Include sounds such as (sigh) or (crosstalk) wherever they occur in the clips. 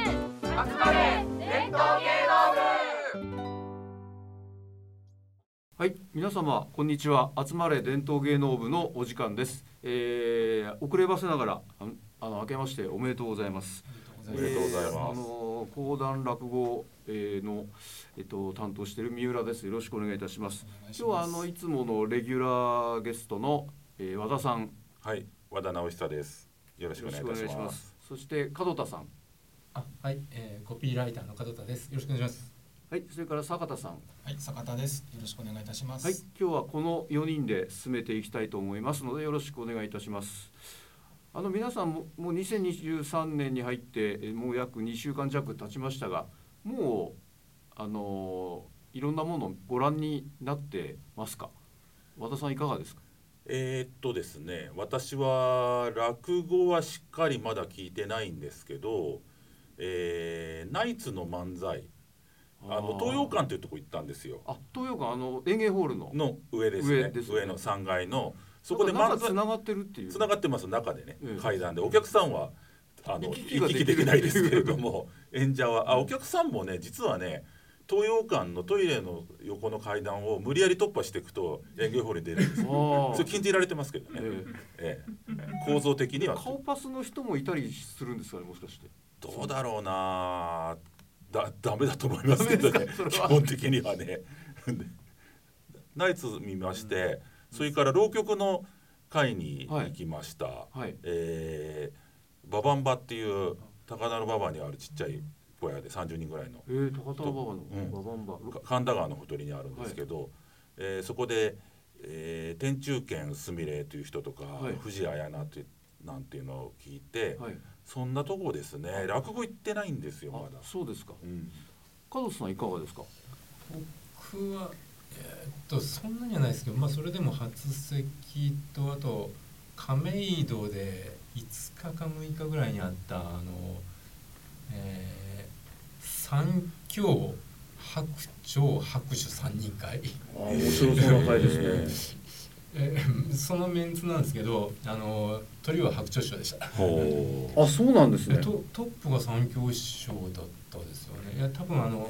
集まれ伝統芸能部はい、皆様こんにちは。集まれ伝統芸能部のお時間です。えー、遅ればせながらあのあの明けましておめでとうございます。おめでとうございまえすーあの講談落語、えーのえっと担当している三浦です。よろしくお願いいたします。今日はあのいつものレギュラーゲストの、えー和田さんよはい、和田直久です。よろしくお願いいたします。。そして門田さん、あはい、えー、コピーライターの門田です。よろしくお願いします。はい、それから坂田さん、はい、坂田です。よろしくお願いいたします。はい、今日はこの4人で進めていきたいと思いますのでよろしくお願いいたします。あの皆さんももう2023年に入ってえもう約2週間弱経ちましたが、もうあのいろんなものをご覧になってますか。和田さんいかがですか。えーっとですね、私は落語はしっかりまだ聞いてないんですけど、えーナイツの漫才、あの東洋館というとこ行ったんですよ。あ東洋館あの園芸ホールのの上ですね。上上ですねの3階のそこで漫つ才ながってるっていう。つながってます中でね、ええ階段でお客さんはあ行の行きき来来ができるできないですけれども (laughs) 演者はあお客さんもね実はね東洋館のトイレの横の階段を無理やり突破していくと演芸ホールに出るんですよああそれ禁じられてますけどね、えええ構造的にえは顔パスの人もいたりするんですかねもしかして。どうだろうなだダメだと思いますけどダメねですかそれ基は本的にはねナイツ見まして、それから浪曲の会に行きました、はい。えー、ババンバっていう高田の馬場にあるちっちゃい小屋で30人ぐらいのえー、高田馬場の、うんババンバか神田川のほとりにあるんですけど、えーそこで、えー天中堅すみれという人とか、はい藤あやなというなんていうのを聞いて、はい。そんなとこですね落語行ってないんですよまだあ、そうですか。うん加藤さんいかがですか。僕はえーっとそんなにはないですけど、まあそれでも初席とあと亀戸で5日か6日ぐらいにあったあの、えー、三教白鳥白手三人会。あ面白そうな回ですね。えーそのメンツなんですけど、あの鳥は白鳥賞でした。ほあ、そうなんですえトトップが三強師匠だったですよねいや多分あの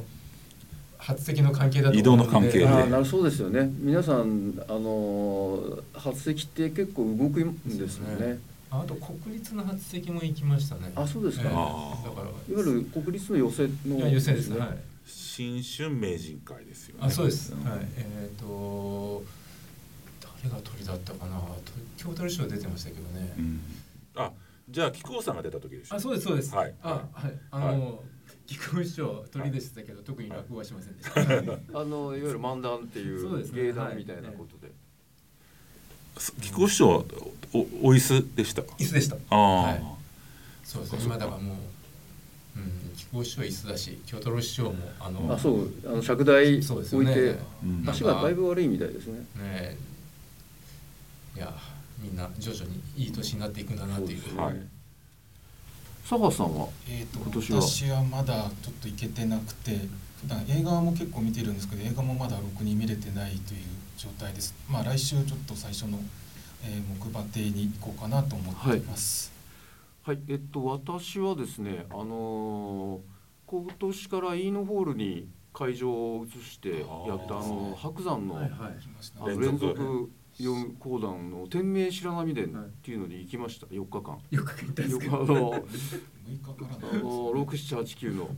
初席の関係だと思うので移動の関係であーなるそうですよね。皆さんあのー発席って結構動くんですよそうね。ああと国立の初席も行きましたねあそうですかええあーだかいらわゆる国立の寄せのいや優先ですねはい新春名人会ですよねあそうです、はいえっ、と誰が鳥だったかなと京都賞出てましたけどね、うんあじゃあ木久扇さんが出た時でしょあそうですそうですはいあはいあの木久扇師匠鳥でしたけど、特に落語はしませんでした、 (laughs) あのいわゆる漫談っていそうでうすね芸談みたいなことで。木久扇師匠はおおお椅子でしたか椅子でしたああ、はいそうですねそっか今だからもう、うん、木久扇師匠は椅子だし京太郎師匠もあのあ、そうあの尺台そう置ですよいねてうん足がだいぶ悪いみたいですね。ねえいやみんな徐々にいい年になっていくんだなっていうそうですねはい。佐賀さんは。えっ、と今年は私はまだちょっと行けてなくて、普段映画も結構見てるんですけど、映画もまだろくに見れてないという状態です。まあ来週ちょっと最初の、えー、木馬亭に行こうかなと思ってます。はい、えっと、私はですね、あのー今年からイーノホールに会場を移してやった、ああーの白山の、行きましたあの連連続続四講談の天明白波伝っていうのに行きました、4日間。よく書いたんですよけくあどの6日からあのなん六七八九の、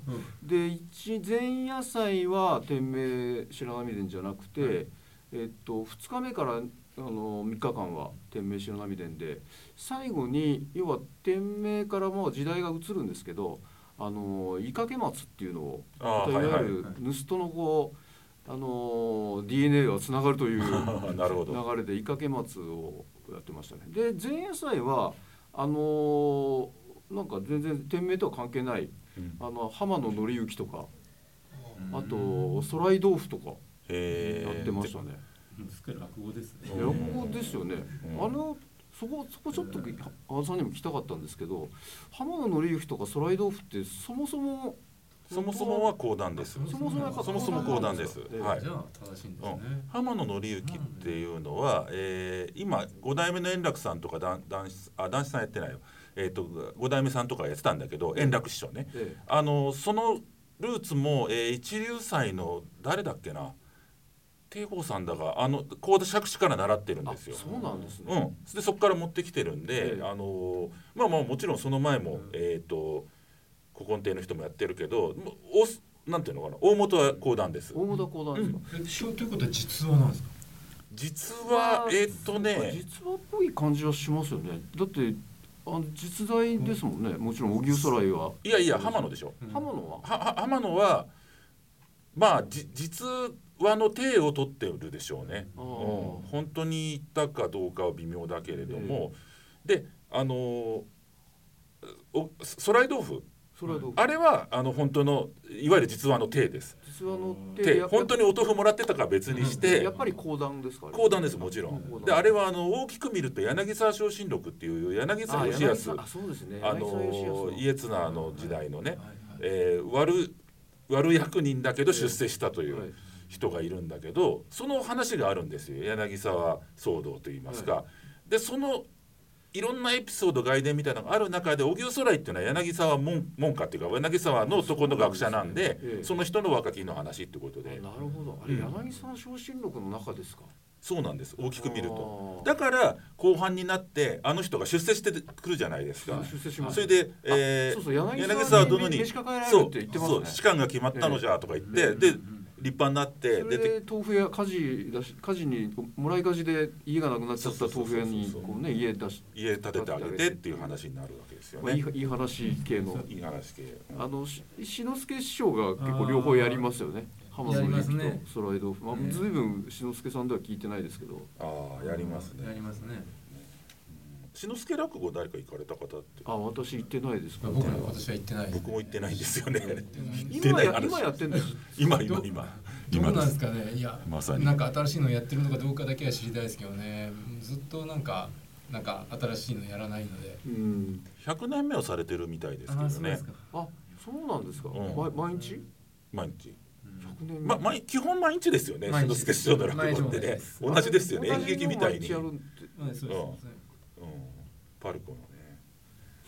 で一前夜祭は天明白波伝じゃなくて、えっと二日目からあの三日間は天明白波伝で最後に要は天明からもう時代が移るんですけどあのイカケ松っていうのをあーいわゆはいる盗人のこうあの DNA がつながるという (laughs) なるほど流れでイカケ松をやってましたね。で前夜祭はあのなんか全然天明とは関係ないうんあの浜野紀之とかうんあとソライ豆腐とかへやーってましたね。すっかり落語ですね。うん落語ですよね。うんあのそこそこちょっと阿部さんにも聞きたかったんですけど、浜野紀之とかソライ豆腐ってそもそもそもそもは講談です。そもそもやっぱそもそも講談ですええ。はいじ。ゃあ正しいんですうね。ん、浜野紀之っていうのは、えー今五代目の円楽さんとか男男子あ男子さんやってないよ、えっと五代目さんとかやってたんだけど円楽師匠ねえあのそのルーツも、えー一流祭の誰だっけな帝鳳さんだがあの高田釈子から習ってるんあですよ。そうなんですうね、ん、でそこから持ってきてるんで、ええあのーまあまあもちろんその前も、うんえっ、と古今亭の人もやってるけどもうおすなんていうのかな大元は講談です大本講談ですか、え師匠ということは実話なんですか実はえっ、とね実話っぽい感じはしますよねだってあの実在ですもんね、もちろん荻生徂来はいやいや浜野でしょうん刃物ははは浜野はまあじ実話の体を取ってるでしょうね、あうんー、本当に言ったかどうかは微妙だけれども、であのーおそらい豆腐それはどうかあれはあの本当のいわゆる実話の体です。実話のっでて本当にお豆腐もらってたかは別にしやてっぱり講談ですから講談ですもちろ講ん。談であれはあの大きく見ると柳沢昇進録っていう柳沢義康あそうですねあ柳沢義康のの家綱の時代のね、はいはいえー悪い悪役人だけど出世したといはいう人がいるんだけどその話があるんですよ柳沢騒動といいますか。でそのいろんなエピソード外伝みたいなのがある中で荻生徂来っていうのは柳沢門門下っていうか柳沢のそこの学者なんでそうなんですねええその人の若きの話ってことあなでるほどあれうん柳沢昇進録の中ですかそうなんです大きく見ると。とだから後半になってあの人が出世してくるじゃないですか。出世しますそれで、えそーうそう柳柳沢沢殿殿にに召し抱えられるそっうて言ってまそうす士ね官が決まったのじゃとか言って、で立派になってそれ出てで豆腐屋火事だし火事にもらい火事で家がなくなっちゃった豆腐屋にこうね家出し家建ててあげてっていう話になるわけですよまあいいね。いい話系のいい話系。あのし志の輔師匠が結構両方やりますよね浜野やります幸ねと揃い豆腐まあええ随分志の輔さんでは聞いてないですけどああやりますやね。りますね。志の輔落語誰か行かれた方ってあ私行ってないですまあ僕も私は言ってないです、僕も行ってないんですよね。行って今ないや話今やってんです (laughs) 今今今どう今なでんですす。かねいやまさになんか新しいのやってるのかどうかだけは知りたいですけどねずっとなんかなんか新しいのやらないのでうん100年目をされてるみたいですけあどあそうでねす。か。あそうなんですか、うんま毎日毎日。 100年ま毎基本毎日ですよね。志毎日の輔師匠の落語ってね毎日同じですよね同じ演劇みたい毎に。日やるうんんってはいそうです。パルコのね。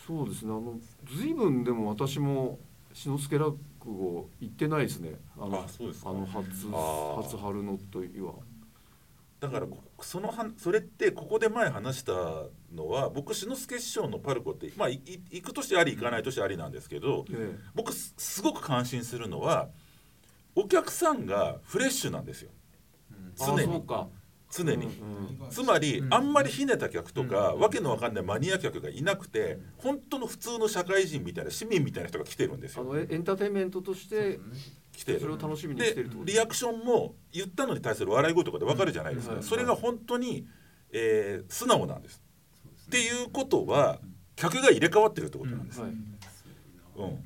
そうですねあの随分でも私も志の輔落語行ってないですねあのあそうですかあの初あー初春のというはだからこそのはそれってここで前話したのは僕志の輔師匠のパルコって、まあ、いい行く年あり行かない年ありなんですけどえ僕すすごく感心するのはお客さんがフレッシュなんですよえ常あそにうか常に。うんうんつまり、うんあんまりひねった客とか、うんわけのわかんないマニア客がいなくて本当の普通の社会人みたいな市民みたいな人が来てるんですあよのエエンターテインメントとして来そてれるを楽しみにしてでるってことリアクションも言ったのに対する笑い声とかでわかるじゃないですか、うんそれが本当に、えー素直なんです。そうですねっていうことは客が入れ替わってるってことなんです、はい、うん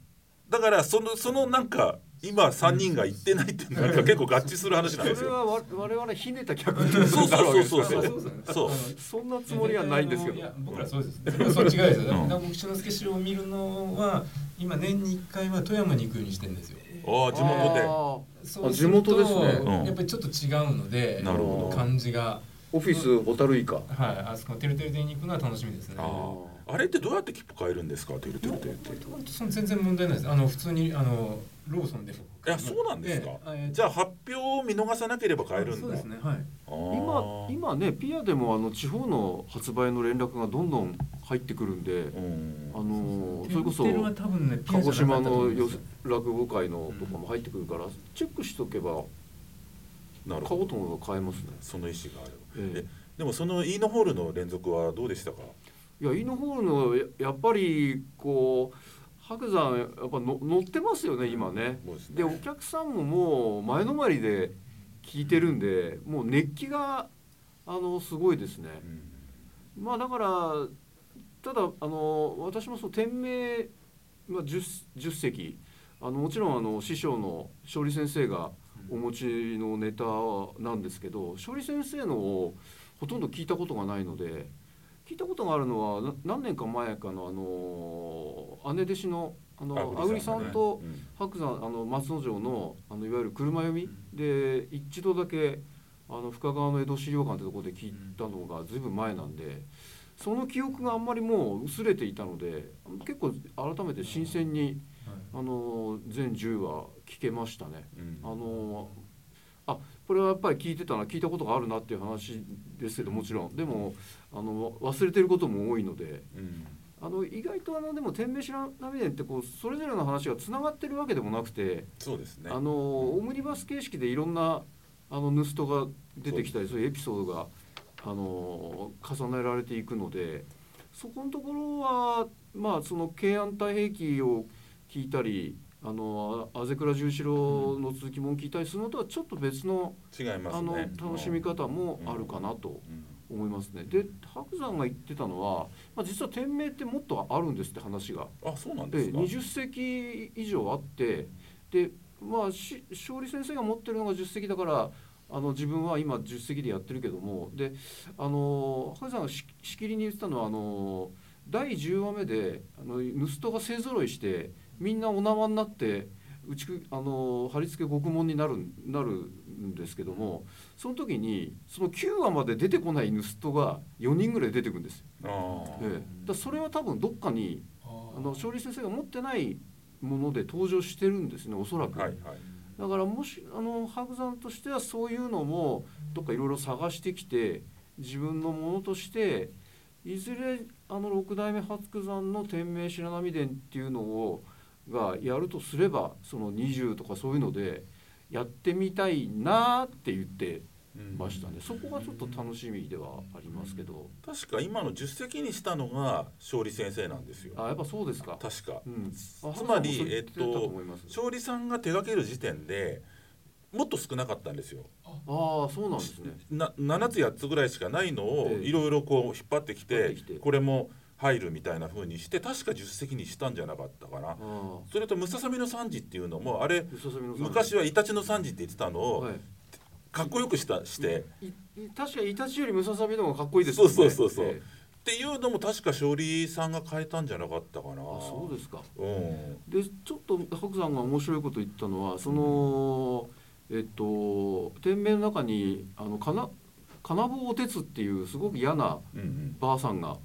だからそのそのなんか今3人が行ってないっていうのはなんか結構合致する話なんでそすれよ。はわ我々ひねった客ってそうそうそそうそうそうそそうううですねそうあのそんなつもりはないんですけいやど僕らそうですそれはそう違うですうよ、んだから僕志の輔師匠を見るのは今年に1回は富山に行くようにしてるんですよああ地元であーあそう地元ですねるとうんやっぱりちょっと違うのでなるほど感じがオフィスホタルイカはいあそこてるてる亭に行くのは楽しみですねああれってどうやって切符買えるんですかてるてるてるって本当その全然問題ないですあの普通にあのローソンでいやそうなんですか、ええじゃあ発表を見逃さなければ買えるんだそうですねはいあー今今ねピアでもあの地方の発売の連絡がどんどん入ってくるんでうんあのそれこそテルテルは多分ねピ鹿アじ児ゃな島かったと思のいまよす落語会のとかも入ってくるからチェックしとけばなる買ほおどうと思えば買えますね。その意思があるえでもそのイーノホールの連続はどうでしたかえ、いやイノホールのややっぱりこう白山やっぱの乗ってますよね今ね。そうですねでお客さんももう前のまりで聞いてるんでもう熱気があのすごいですね。うんまあだからただあの私もそう天明、まあ、10, 10席あのもちろんあの師匠の勝利先生がお持ちのネタなんですけど勝利先生のをほとんど聞いたことがないので聞いたことがあるのはな何年か前かのあの姉弟子のあのあぐりさんと、ねうん白山あの松之丞のあのいわゆる車読みで一度だけあの深川の江戸資料館ってところで聞いたのがずいぶん前なんでその記憶があんまりもう薄れていたので結構改めて新鮮に、あの全10話聞けましたね。うんあのあこれはやっぱり聞いてたな聞いたことがあるなっていう話ですけどもちろんでもあの忘れてることも多いのでうんあの意外とあのでも「天命白波伝」ってこうそれぞれの話がつながってるわけでもなくて、そうですねあのオムニバス形式でいろんなあのヌストが出てきたりそういうエピソードがあの重ねられていくのでそこのところはまあその慶安太平記を聞いたりあのああぜ倉十四郎の続きもん聞いたりするのとはちょっと別の,、違いますあのね楽しみ方もあるかなとうん思いますね。で白山が言ってたのは、まあ、実は天命ってもっとあるんですって話が。あそうなんでええすか20席以上あってでまあし勝利先生が持ってるのが10席だからあの自分は今10席でやってるけどもであの羽生さんがししきりに言ってたのはあの第10話目であの盗人が勢ぞろいしてみんなお縄になって打ちくあの貼り付け獄門になるなるんですけどもその時にその9話まで出てこない盗人が4人ぐらい出てくるんですよ。あええ、ーだからそれは多分どっかにあの勝利先生が持ってないもので登場してるんですねおそらく、はいはいだからもしあの白山としてはそういうのもどっかいろいろ探してきて自分のものとしていずれあの六代目白山の天明白波伝っていうのをがやるとすればその20とかそういうのでやってみたいなーって言ってうんましたね、そこがちょっと楽しみではありますけど、確か今の10席にしたのが勝利先生なんですよあやっぱそうですか、確かうん、あつまり白山もそう言てたと思います勝利さんが手掛ける時点でもっと少なかったんですよああそうなんですね。な7つ8つぐらいしかないのをええいろいろこう引っ張ってき引っ張っててきてこれも入るみたいな風にして確か10席にしたんじゃなかったかなあそれとムササビの惨事っていうのもあれあムササビの惨事昔はイタチの惨事って言ってたのをはかっこよくしたしてい、いい確かイタチよりムササビの方がかっこいいですそうそうそうそうええっていうのも確か勝利さんが変えたんじゃなかったかなあそうですか。うんでちょっと白山が面白いこと言ったのはその、えっと天明の中にあのかな金棒お鉄っていうすごく嫌なうんばあさんが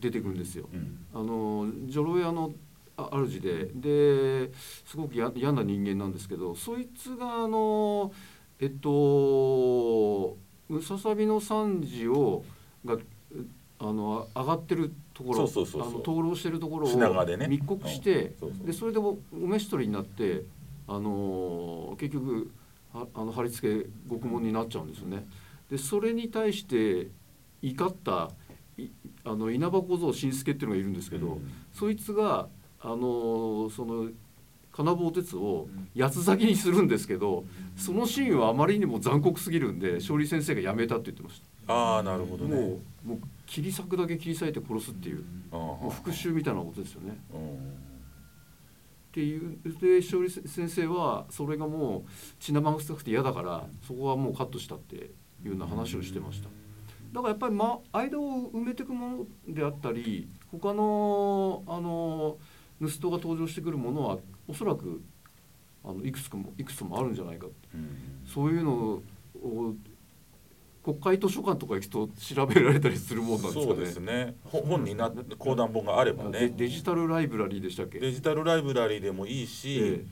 出てくるんですよ。うんうんあの女郎屋のあ主でですごくや嫌な人間なんですけどそいつがあのえっとムササビの惨事をがあの上がってるところそうそうそうそうあの灯籠してるところ品川でをね密告して、そうそうでそれでおお召し取りになって、あのー結局はあの貼り付け獄門になっちゃうんですよね。でそれに対して怒ったいあの稲葉小僧新助っていうのがいるんですけど、うんそいつが、あのーその金棒鉄を八つ咲きにするんですけど、そのシーンはあまりにも残酷すぎるんで勝利先生がやめたって言ってましああなるほた、どねもうもう切り裂くだけ切り裂いて殺すっていう、あーもう復讐みたいなことですよね。うんっていうで勝利先生はそれがもう血生臭くて嫌だからそこはもうカットしたっていうような話をしてましただからやっぱり、ま、間を埋めていくものであったり他のあの盗人が登場してくるものはおそらくあのいくつかもいくつもあるんじゃないかうんそういうのを国会図書館とか行くと調べられたりするもんなんですかそうねですねほ本にな講談本があれあばねデデジタルライブラリーでしたっけデジタルライブラリーでもいいし、え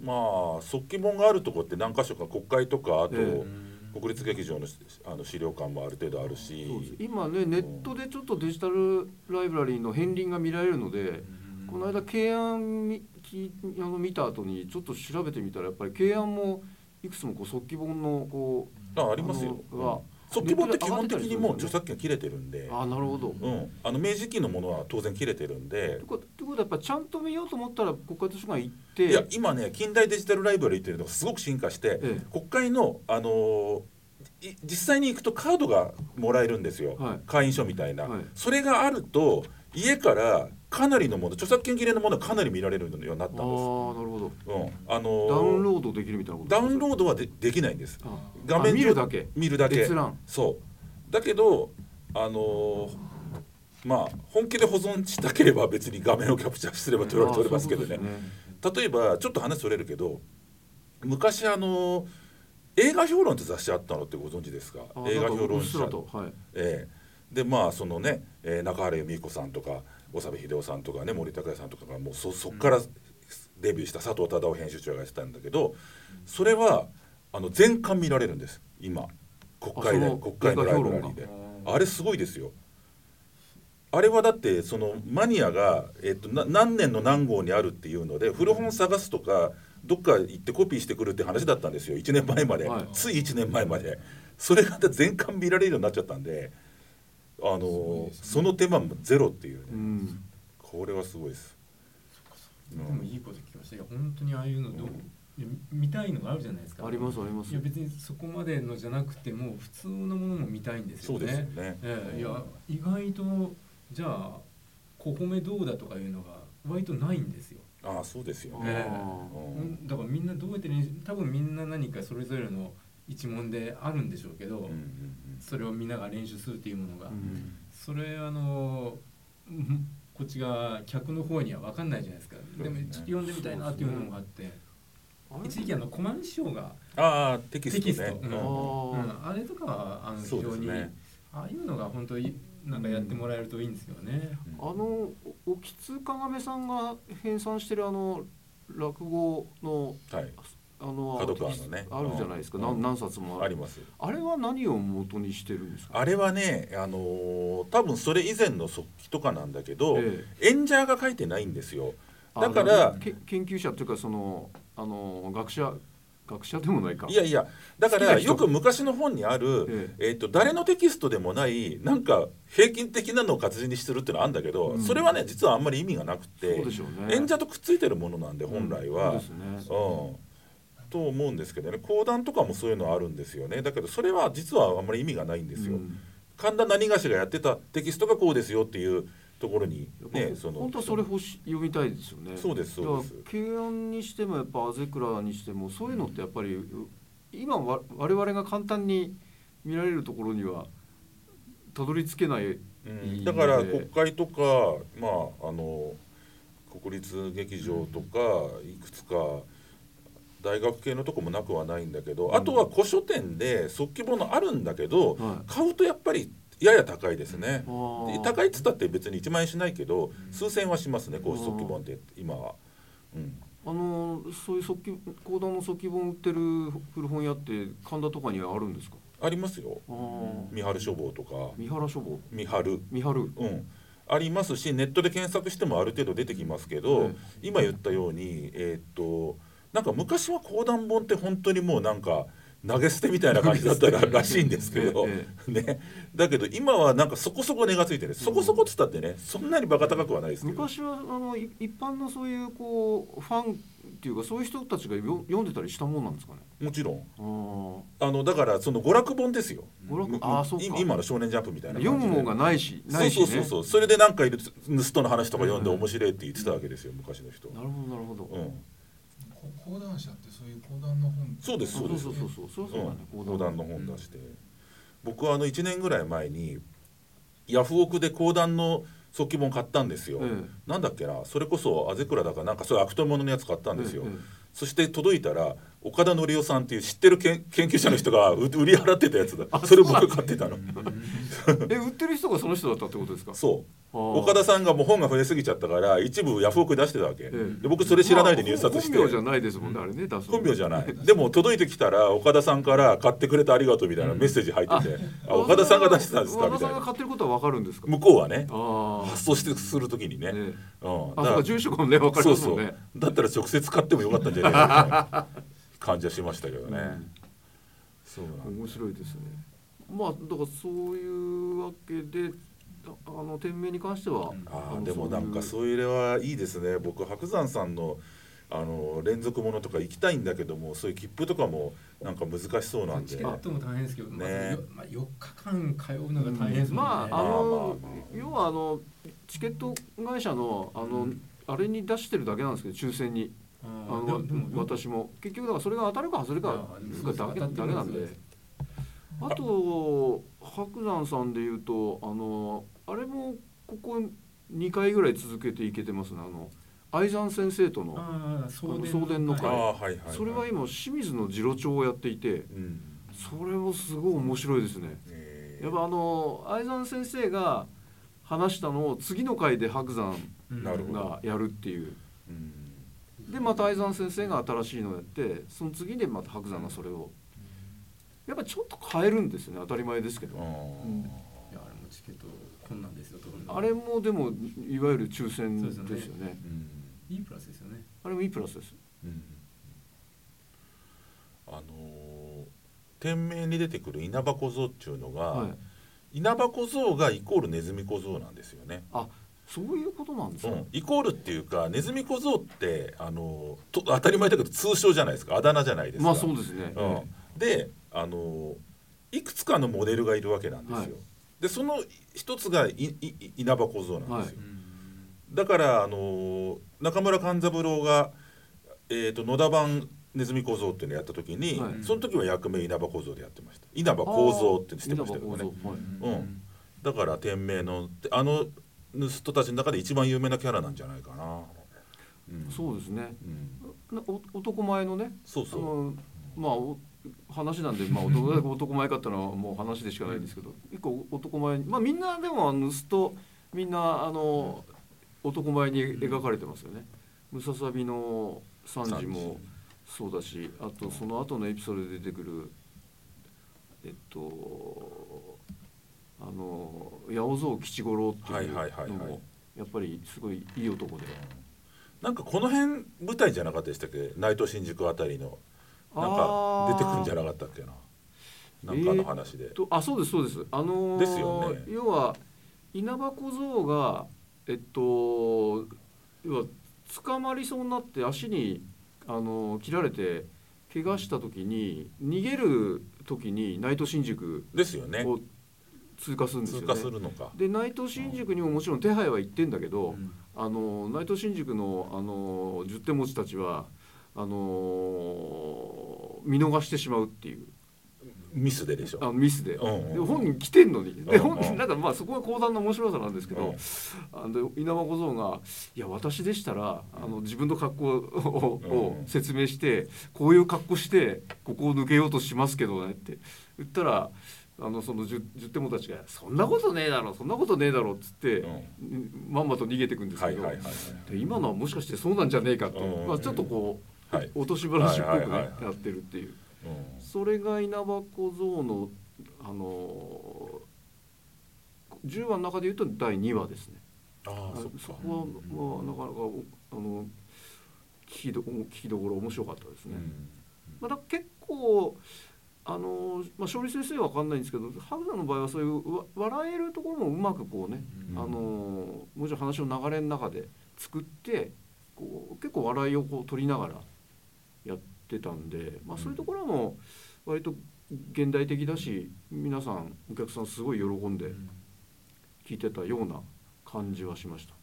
まあ速記本があるとこって何箇所か国会とかあと、え国立劇場のあの資料館もある程度あるしそうです今ねネットでちょっとデジタルライブラリーの片鱗が見られるので、この間慶安みきあの見た後にちょっと調べてみたらやっぱり慶安もいくつもこう速記本のこあありますよ、あのはうん速記本って基本的にもう著作権切れてるんでうああなるほど。うっん、あの明治期のものは当然切れてるんでてことってことはやっぱちゃんと見ようと思ったら国会図書館行っていや今ね近代デジタルライブラリーっていうのがすごく進化して、ええ国会の、あのーい実際に行くとカードがもらえるんですよ、はい会員証みたいな、はいそれがあると家からかなりのもの著作権切れのものがかなり見られるようになったんああでなるほす、うんあのどダウンロードできるみたいなことダウンロードはでできないんですあ画面あ見るだけ見るだけ閲覧そうだけどあのーまあ本気で保存したければ別に画面をキャプチャーすれば撮れああ撮れますけどそういうねことですね例えばちょっと話それるけど昔あの映画評論って雑誌あったのってご存知ですかああ映画なんか評う論っす者らとはいええでまあそのね、えー中原由美子さんとか長部秀夫さんとかね森高也さんとかがもうそそっからデビューした佐藤忠夫編集長がやってたんだけどそれはあの全巻見られるんです今国会あでその国会のライブラリー映で画評あれすごいですよあれはだってそのマニアが、えっと、な何年の何号にあるっていうので古本探すとかどっか行ってコピーしてくるって話だったんですよ1年前まで、はいつい1年前までそれが全巻見られるようになっちゃったんであのごいですねその手間もゼロっていうね、うんこれはすごいです。でもいいこと聞きましたいや本当にああいうのどう、いや見たいのがあるじゃないですかありますありますいや別にそこまでのじゃなくても普通のものも見たいんですそようですよねね。ええいや意外とじゃあ小米どうだとかいうのが割とないんですよ、ああ、そうですよあね。ねーうんうんだからみんなどうやって練習多分みんな何かそれぞれの一問であるんでしょうけど、うんうんそれを見ながら練習するっていうものが、うんそれあの (laughs) うんこっちが客の方には分かんないじゃないですかでもそうですちねょっと読んでみたいなっていうのもあって、あれ一時期あのコマン師匠が、ああ、テキストね。テキストうんうあーんあれとかはあの非そうで常すに、ね。ああいうのが本当になんかやってもらえるといいんですけどね、あの沖津亀さんが編纂してるあの落語のはい。あの角川のねあるじゃないですか、うんなん、何冊もああるります。あれは何を元にしてるんですかあれはね、あのー多分それ以前の速記とかなんだけど、ええ演者が書いてないんですよ。あだからけ研究者というかそのあの学者学者でもないかいやいや、だか好きらな人よく昔の本にある、えっ、と誰のテキストでもないなんか平均的なのを活字にしてるってのはあるんだけど、うんそれはね実はあんまり意味がなくて、そうでしょうね演者とくっついてるものなんで本来は、うんそうですねうん、と思うんですけどね講談とかもそういうのあるんですよねだけどそれは実はあんまり意味がないんですよ、うん神田何がしがやってたテキストがこうですよっていうところにやっねぱその本当はそれ欲し読みたいですよねそうですそうですだから軽音にしてもやっぱあぜくらにしてもそういうのってやっぱりう今わ我々が簡単に見られるところにはたどり着けないうんだから国会とかまああの国立劇場とかいくつか大学系のとこもなくはないんだけど、あとは古書店で即記本のあるんだけど、は買うとやっぱりやや高いですね。あーで高いっつったって別に1万円しないけど数千円はしますねこううん即記本って今は。うん、あのそういう速記講談の速記本売ってる古本屋って神田とかにはあるんですかありますよあー三春書房とか三原書房三春。三春うん、ありますしネットで検索してもある程度出てきますけど、はい今言ったようにえーっとなんか昔は講談本って本当にもうなんか投げ捨てみたいな感じだったららしいんですけど、えね、だけど今はなんかそこそこ値がついてるそこそこっつったってねそんなにバカ高くはないですけど昔はあのい一般のそういうこうファンっていうかそういう人たちがよ読んでたりしたもんなんですかねもちろんあーあのだからその娯楽本ですよ娯楽むあーそうかい今の「少年ジャンプ」みたいな読むもんがなないしなそういし、そね、うそうそうそれでなんかいる盗人の話とか読んでうんうん面白いって言ってたわけですよ昔の人はなるほどなるほど、うあんこ講談社ってそういう講談の本そうですそそううですそうそうそうそうそうだね、うん講講談の本出して、僕はあの1年ぐらい前にヤフオクで講談の速記本買ったんですよ、えなんだっけなそれこそあぜくらだかなんかそういう悪党もののやつ買ったえんですよ、ええそして届いたら岡田則夫さんっていう知ってるけん研究者の人がう売り払ってたやつだそれ僕買ってたのえ売ってる人がその人だったってことですかそうあー岡田さんがもう本が増えすぎちゃったから一部ヤフオクで出してたわけ、えで僕それ知らないで入札して、まあ本本名じゃないですもんねあれね出すの本名じゃないでも届いてきたら岡田さんから「買ってくれてありがとう」みたいなメッセージ入ってて「あ岡田さんが出してたんですか」岡み田たさんいがな買ってることはわかるんですか向こうはねああ発送してするときにね、ええうん、あそうか住所もねわかりそまうすもそんうねだったら直接買ってもよかったんじゃないかみたいな感じはしましたけどね、そうなん面白いですねまあだからそういうわけでああの店名に関してはあのーでもなんかういうそういう例はいいですね僕白山さんのあの連続ものとか行きたいんだけどもそういう切符とかもなんか難しそうなんでチケットも大変ですけど、まあねよまあ、4日間通うのが大変ですもんね、まああまあのまあまあ要はあのチケット会社のあのあれに出してるだけなんですけど抽選にああの私も結局だからそれが当たるか外れかあでもそうですがだけだけなん当たってるんでですよ。あと白山さんで言うとあのあれもここ2回ぐらい続けていけてますねあの愛山先生とのああ送送電のあ会あはいはい、はい、それは今清水の次郎長をやっていてうんそれもすごい面白いですねえやっぱあの相沢先生が話したのを次の回で白山なるほどがやるっていううんでまた相沢先生が新しいのをやってその次でまた白山がそれをやっぱちょっと変えるんですよね当たり前ですけどうんいやあれもチケットこんなんですよ取るのあれもでもいわゆる抽選そうでですすよねよねうんいいプラスですよねあれもいいプラスですうんあのー店名に出てくる稲葉小僧っていうのが、はい稲葉小僧がイコールネズミ小僧なんですよね。そういうことなんですうね、ん、イコールっていうかネズミ小僧ってあのーと当たり前だけど通称じゃないですかあだ名じゃないですか。まあそうですね、うんであのいくつかのモデルがいるわけなんですよ。はいでその一つがいいい稲葉小僧なんですよ。うんだからあの中村勘三郎が、えー、と野田版ネズミ小僧っていうのをやった時に、はいその時は役名稲葉小僧でやってました稲葉小僧ってしてましたけど稲葉ね構造はいうんだから店名のであの人たちの中で一番有名なキャラなんじゃないかな、うんそうですねうんなお男前のねそうそそうのまあお話なんで、まあ、男前男前かってのはもう話でしかないですけど結構男前にまあみんなでもあのすとみんなあの男前に描かれてますよね。ムササビのサンジもそうだしあとその後のエピソードで出てくるえっとあの八百蔵吉五郎っていうはいはいのはいはいもやっぱりすごいいい男で。なんかこの辺舞台じゃなかったでしたっけナイト新宿あたりのなんか出てくるんじゃなかったっけななんかの話で、とあそうですそうですあのーですよね要は稲葉小僧がえっと要は捕まりそうになって足にあのー切られて怪我した時に逃げる時にナイト新宿ですよねを通過するんですよ通ね。過するのかでナイト新宿にももちろん手配は行ってんだけど、うんあのナイト新宿のあの十手持ちたちはあの見逃してしまうっていうミスででしょあのミスで、うんうんうんで本人来てんのに、でうんうん本人なんかまあそこが講談の面白さなんですけうどん、あの稲葉小僧が「いや私でしたらあの自分の格好を,、うんを説明してこういう格好してここを抜けようとしますけどね」って言ったらあのその十十手もたちが「そんなことねえだろそんなことねえだろ」っつって、まんまと逃げてくんですはけいど、はいはいはいで今のはもしかしてそうなんじゃねえかと、うんまあ、ちょっとこう、はい落とし話っぽくね、はいはいはいはいやってるっていう。うんそれが稲葉小僧のあの10話の中で言うと第2話ですね。ああそっそかこは、まあ、なかなかおあの聞きど聞きどころ面白かったですうね。んまあだ結構あのまあ勝利先生は分かんないんですけどハグナの場合はそういうわ笑えるところもうまくこうね、うんあのもちろん話の流れの中で作ってこう結構笑いをこう取りながらやってたんで、まあ、そういうところも割と現代的だし皆さんお客さんすごい喜んで聞いてたような感じはしました。